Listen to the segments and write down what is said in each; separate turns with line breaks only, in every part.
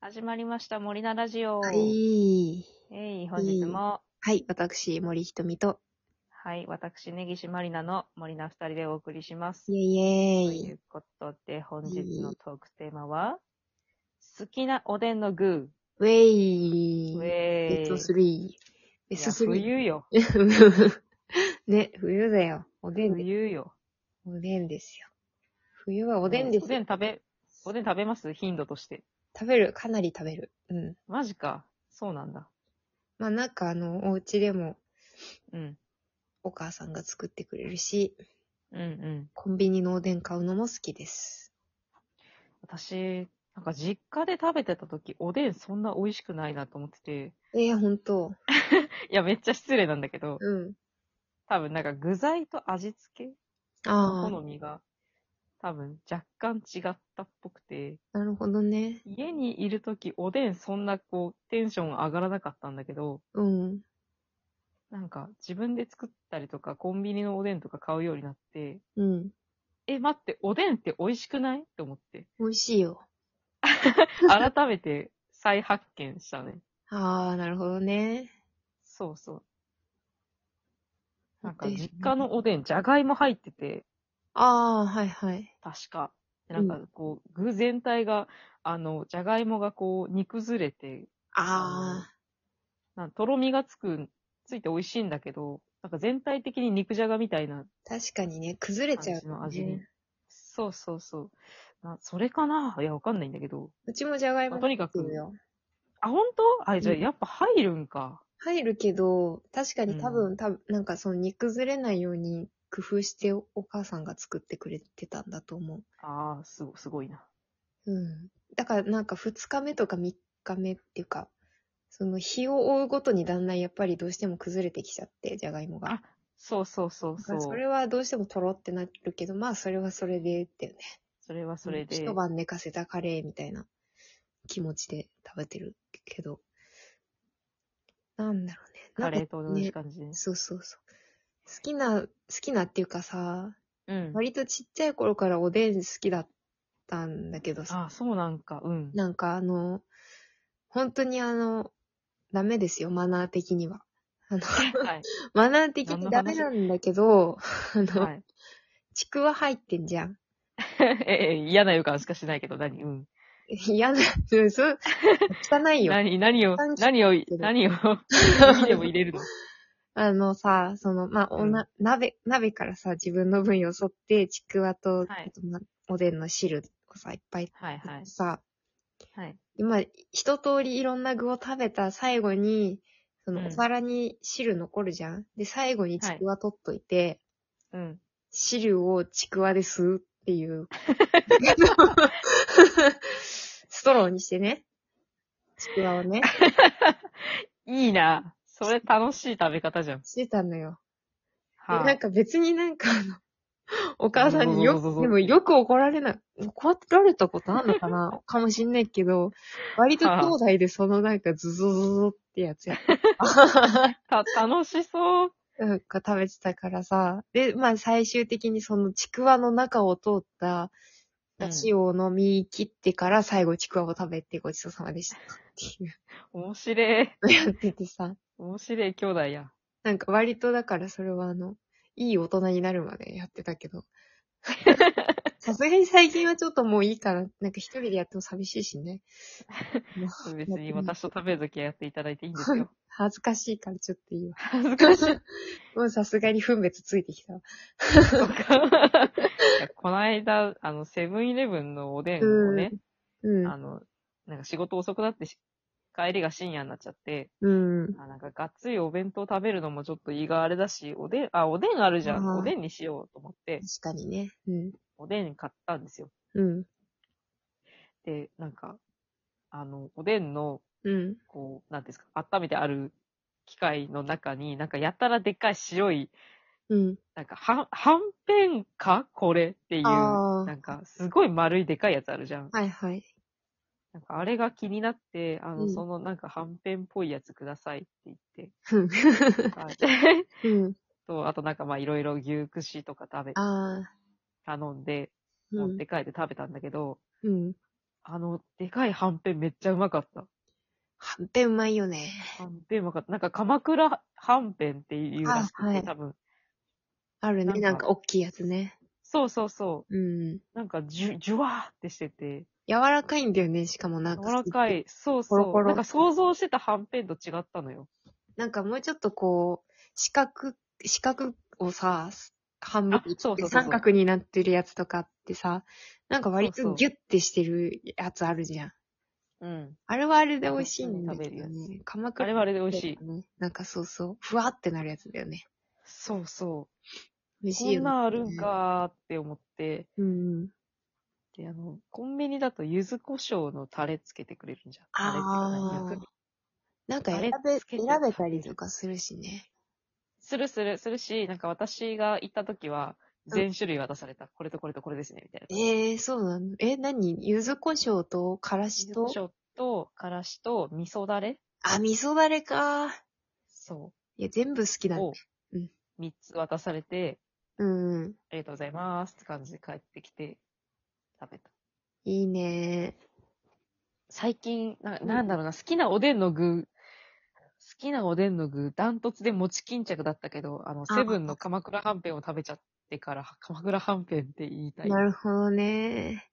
始まりました、森菜ラジオ。
はい。
えい、本日も、
はい、私、森ひとみと、
はい、私、根岸まりなの森菜二人でお送りします。と
イェイイ
い
ェイ。
うことで、本日のトークテーマは、好きなおでんの具。
ウェイ
ウ
ベ
ェ
スト
ーイ。
3。ベ
いや
スト3。
冬よ。
ね、冬だよ。おでんで、
冬よ。
おでんですよ。冬はおでんです
お。でん食べ、おでん食べます頻度として。
食べる、かなり食べる。うん。
マジか。そうなんだ。
まあなんかあの、お家でも
うん。
お母さんが作ってくれるし、
うんうん。
コンビニのおでん買うのも好きです。
私、なんか実家で食べてた時、おでんそんな美味しくないなと思ってて、
えー、ほんと。
いや、めっちゃ失礼なんだけど、
うん。
多分なんか具材と味付け
あ
好
あ、
みが多分若干違ったっぽくて、
なるほどね。
家にいるときおでんそんなこうテンション上がらなかったんだけど、
うん。
なんか自分で作ったりとかコンビニのおでんとか買うようになって、
うん。
え、待って、おでんって美味しくないって思って、
美味しいよ。
改めて再発見したね。
ああ、なるほどね。
そうそう。なんか
おでん
実家のおでん、じゃがいも入ってて、
ああ、はいはい。
確か。でな
うん
んかこう、具全体が、あの、じゃがいもがこう、煮崩れて、
あ
なんとろみがつく、ついて美味しいんだけど、なんか全体的に肉じゃがみたいな
あ、確かにね、崩れち
感
ゃう、
じの味に。
ね。
そうそうそう。なそれかないや、わかんないんだけど。
うちもじゃがい
ま
も
あとにかく
入ってるよ
あ、本当あ、じゃあやっぱ入るんか。
入るけど、確か
うん
に多分、多分なんかその煮崩れないように工夫しておお母さんが作ってくれてたんだと思
ああ、すご、すごいな。
う。うん。だからなんか2日目とか3日目っていうか、その日を追うごとにだんだんやっぱりどうしても崩れてきちゃって、じゃがいもが。
あそうそうそう
だ
そ
か
う。
らそれはどうしてもとろってなるけど、まあそれはそれでっていうね。
それはそれで。
一晩寝かせたカレーみたいな気持ちで食べてるけど、なんだろうね。
カレ
な
ー
んか
と同じ感じで。
そうそうそう。好きな、好きなっていうかさ、
うん。
割とちっちゃい頃からおでん好きだったんだけどさ、
あ、そうなんか。うん。
なんかあの、本当にあの、ダメですよ、マナー的には。 あの、
はい。
マナー的にダメなんだけど、あの、
はい。
ちくわ入ってんじゃん。
ええ、嫌な予感しかしないけど、何うん。
嫌な、そ う、そう汚いよ。
何、何を
三、十
何を
け、ど
何を、何でも入れるの。
あのさ、その、まあ、おな、鍋、鍋からさ、自分の分よそって、ちくわと、
い
あとまおでんの汁をさ、いっぱい、
はいはい。
さ、
はい。
今、一通りいろんな具を食べた最後に、そ
うん
の、お皿に汁残るじゃん、で、最後にちくわ取っといて、
うん。
汁をちくわですっ ていう。ストローにしてね。ちくわをね、
いいな。それ楽しい食べ方じゃん。
してたのよ。
は
なん
い。
か別になんかあの、 お母さんによ
そうそうそうそ
く、
う
でもよく怒られない、怒られたことあんのかな かもしんないけど、割と兄弟でそのなんかズズズズってやつ やった。
た、楽しそう。
なんか食べてたからさ、で、まあ最終的にそのちくわの中を通っ
う
た、
ん
だしを飲み切ってから最後ちくわを食べてごちそうさまでしたっていう
面白い。
のやっててさ、
面白い兄弟や。
なんか割とだからそれはあの、いい大人になるまでやってた けど。さすがに最近はちょっともういいから、なんか一人でやっても寂しいしね。もう
別に私と食べるときはやっていただいていいんです よ。
恥ずかしいからちょっと いいわ。
恥ずかしい。
もうさすがに分別ついてきたわ。
とか。 いやこの間、あの、セブンイレブンのおでんをね、
うん
あ。の、なんか仕事遅くなってし、帰りが深夜になっちゃって、
うん。
あなんかがっつりお弁当食べるのもちょっと胃があれだし、おでん、あ、おでんあるじゃ
あ
ん。
ー
おでんにしようと思って、
確かにね。うん。
おでん買ったんですよ。
うん。
で、なんか、あの、おでんの、
うん。
こう、なんていうんですか、温めてある機械の中に、なんかやたらでっかい白い、
うん。
なんか、はん、はんぺんかこれっていう、な
ああ。
んか、すごい丸いでかいやつあるじゃん。
は いはい。
なんか、あれが気になって、あの、
うん
そのなんか、はんぺんっぽいやつくださいって言 って、
うん
はい
うん。
と、あとなんか、まあ、いろいろ牛串とか食べ、
ああ。
頼んで、
う
持っ
ん
て。帰って食べたんだけど、
うん。
あの、でかいはんぺんめっちゃうまかった。
はんぺんうまいよね。
はんぺんうまかった。なんか鎌倉はんぺんっていうらしくて、
あはい
多分。
あるね。
な
なんん
か
か大きいやつね。
そうそうそう。
うん。
なんかじゅ、じゅわーってしてて、
柔らかいんだよね。しかもなんか。
柔らか。い、そう
コ
そ
ロコ
う。
ロ
なんか想像してたはんぺんと違ったのよ。
なんかもうちょっとこう、四角、四角をさ、半分
あそうそうそうそう
三角になってるやつとかってさ、なんか割
そうそ
と
う
ギュッてしてるやつあるじゃん。
うん。
あれはあれで美味しいんだけ
普
ど
通に食べる
ね。鎌
あ
倉、
れはあれで美味しい。
い。なんかそうそう、ふわってなるやつだよね。
そうそ
美味
う。
し
こ
いよ
ん
ね。
なんあるんかーって思って、
うんうん。
で、あの、コンビニだと柚子胡椒のタレつけてくれるんじゃん。タレ
あ
っていうか
あ
薬。
なんか
あれ
選べ、
つけて
選べたりとかするしね。
するする、するし、なんか私が行った時は、
うん
全種類渡された。これとこれとこれですね、みたいな。
ええー、そうなのえ、何柚子胡椒と、からし
柚子
と
胡、椒と、からしと、味噌だれ
あ、味噌だれか。
そ
いや、全部好
う。
きだね
を。、
うん
3つ渡されて、
うんうん。
ありがとうございますって感じで帰ってきて、食べた。
いいね
最近、な
うん
なんだろうな、好きなおでんの具、好きなおでんの具、ダントツで餅巾着だったけど、あの、セブンの鎌倉はんぺんを食べちゃってから、鎌倉はんぺんって言いたい。
なるほどね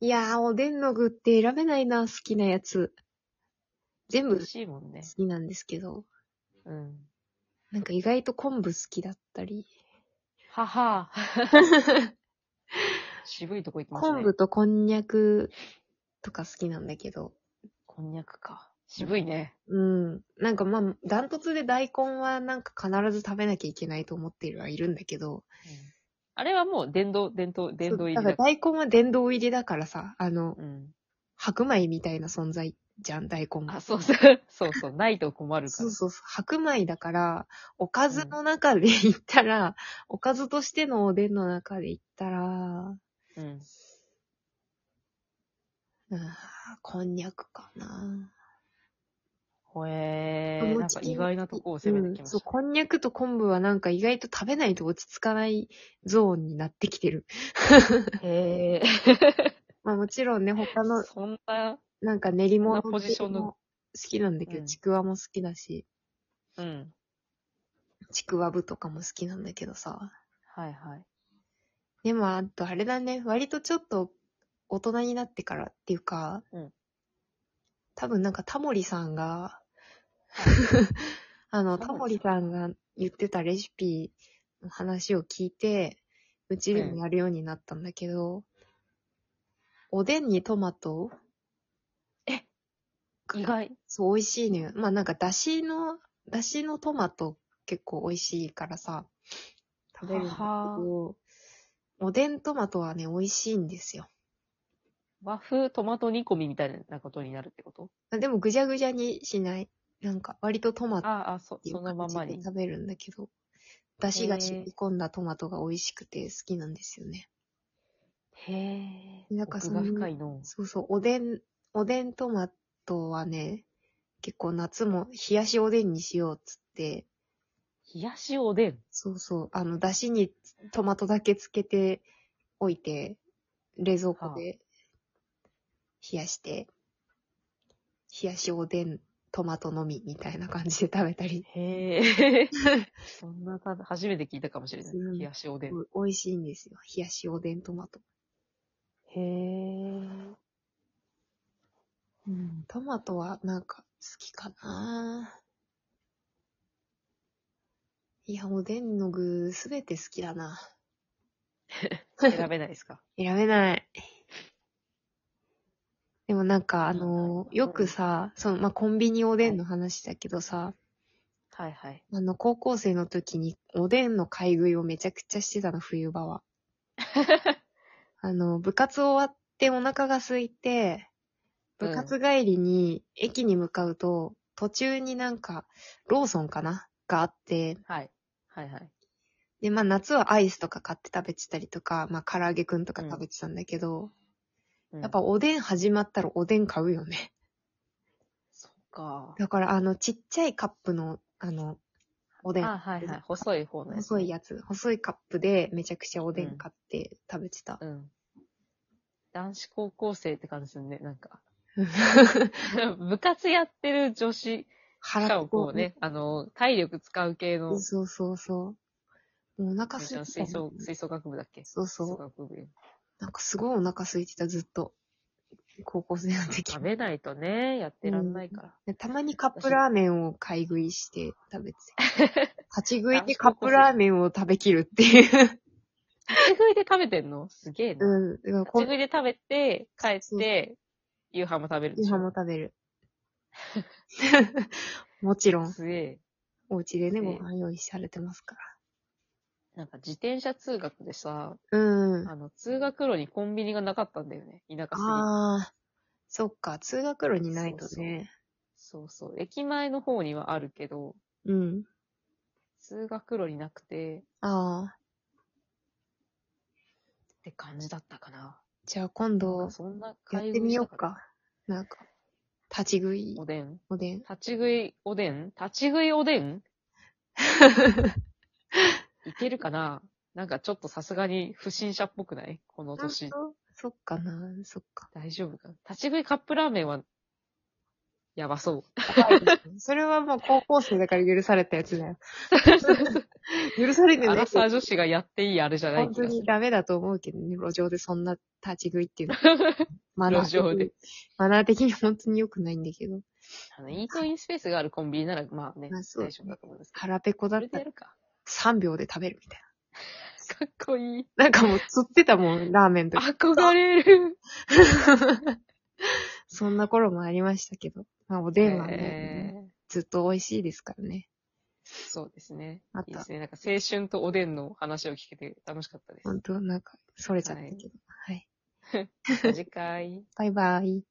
いやー、おでんの具って選べないな、好きなやつ。全
美
部
味
好
しいもんね。
きなんですけど。
うん。
なんか意外と昆布好きだったり。
は は渋いとこ行きますね。
昆布とこんにゃくとか好きなんだけど。
こんにゃくか。渋いね。
うん。なんかまあ、ダントツで大根はなんか必ず食べなきゃいけないと思っているはいるんだけど。
あれはもう伝統、伝統、伝統入り
そう
だ
だから大根は殿堂入りだからさ、あの、
うん。
白米みたいな存在じゃん、大根も
あ、そうそう。そうそう。ないと困るか
そ
ら
う。そうそう。白米だから、おかずの中で言ったら、おかずとしてのおでんの中で言ったら、
うん。
うんこんにゃくかな。
ほえー。なんか意外なとこを攻めてきま
うん。そ
し
う、
た。
こんにゃくと昆布はなんか意外と食べないと落ち着かないゾーンになってきてる。
へえ
まあもちろんね、他の
ー。そんな、
なんか練り物
そんなポジションの
も好きなんだけど、
うん
ちくわも好きだし、
うん。
ちくわぶとかも好きなんだけどさ。
はいはい。
でも、あとあれだね、割とちょっと大人になってからっていうか、
うん
多分なんかタモリさんが、 あの、
タ
タ
モ
モ
リ
リさんが言ってたレシピの話を聞いて、うちでもやるようになったんだけど、おでんにトマト
意外。
そう、美味しいのよ。まあなんか、だしの、だしのトマト結構美味しいからさ、食べるんだけ
は
ど、おでんトマトはね、美味しいんですよ。
和風トマト煮込みみたいなことになるってこと
まあでもぐじゃぐじゃにしない。なんか、割とトマトっ
ああ、そ、
てい
そうのまんま
感じで
に。
食べるんだけど、出汁が染み込んだトマトが美味しくて好きなんですよね。
へえ。
なんか
奥
そ
が
の
深いの。
そうそう、おでん、おでんトマトはね、結構夏も冷やしおでんにしようっつって、
冷やしおでん。
そうそう、あの、出汁にトマトだけつけておいて、冷蔵庫で冷やして、冷やしおでん、トマトのみみたいな感じで食べたり
へえ。 そんなた、初めて聞いたかもしれない。
うん
冷やしおでん。
お美味しいんですよ。冷やしおでんトマト。
へえ。
うん、トマトはなんか好きかな。いや、おでんの具すべて好きだな。
選べないですか
選べない。でもなんかあの、よくさ、その、まあ、コンビニおでんの話だけどさ、
はいはい。
あの、高校生の時におでんの買い食いをめちゃくちゃしてたの、冬場は。あの、部活終わってお腹が空いて、
うん
部活帰りに駅に向かうと、途中になんか、ローソンかながあって、
はい。はいはい。
で、まあ夏はアイスとか買って食べてたりとか、まあ唐揚げくんとか食べてたんだけど、
うん
やっぱ、おでん始まったらおでん買うよね。
そっか。
だからあの、ちっちゃいカップの、あの、おでん。
あ、はいはい。細い方のやつ。
細いやつ、細いカップでめちゃくちゃおでん買って食べてた。
うん。男子高校生って感じするね、なんか。 部活やってる女子、しか
腹
もこうね、あの、体力使う系の、
そうそうそう。もうお腹空いてた
吹
も
奏
ん、
吹奏楽部だっけ
そう
吹奏
そう。
楽部。
なんかすごいお腹空いてた、ずっと。高校生の時
食。べないとね、やってらんないから。
たまにカップラーメンを買い食いして食べて。 立ち食いで
男子
カッ
高校生
プラーメンを食べきるっていう。
立ち食いで食べてんのすげえな。
うん。だから
立ち
こん
食いで食べて、帰っ
そう
て、夕飯も食べるで
夕
し
飯
ょ
も。食べる。 もちろん、
すげえ。
お家でね、
ね
ご飯用意されてますか
なんか自転車通学でさ、
ら。うん。
あの、通学路にコンビニがなかったんだよね。田舎すぎて。
ああ、そっか、通学路にないとね。
そうそう。駅前の方にはあるけど、
うん。
通学路になくて、
ああ、
って感じだったかな。
じゃあ今
なん
度
か、そんな
やっ
買い
て
食い
み
し
よ
た
うか。なんか、立ち食い
おでん。
おでん。
立ち食いおでん立ち食いおで んいけるかななんかちょっとさすがに不審者っぽくないこの年。
本当そっかな、そっか。
大丈夫かな立ち食いカップラーメンは、やばそう。
それはもう高校生だから許されたやつだ よ。 許されて
ア
ない
ラ。サー女子がやっていいあれじゃない
本
気
当
がす
に
る。
ダメだと思うけどね、路上でそんな立ち食いってい うのは。マ
路上で
的に。マナー的に本当に良くないんだけど。
あの、イートインスペースがあるコンビニなら、まあね、
まあそう
大丈夫だと思うんですけど。
腹ペコだ
そ
っ
れで
た
や
ら
る か。
3秒で食べるみたい
かっこいい。
な。なんかもう釣ってたもん、ラーメンとか。
憧れる。
そんな頃もありましたけど。まあおでんはね、
えー
ずっと美味しいですからね。
そうですね
あっ。た
いいですね。なんか青春とおでんの話を聞けて楽しかったです。
本当なんか、それちゃったけど。はい。
また次回。
バイバイ。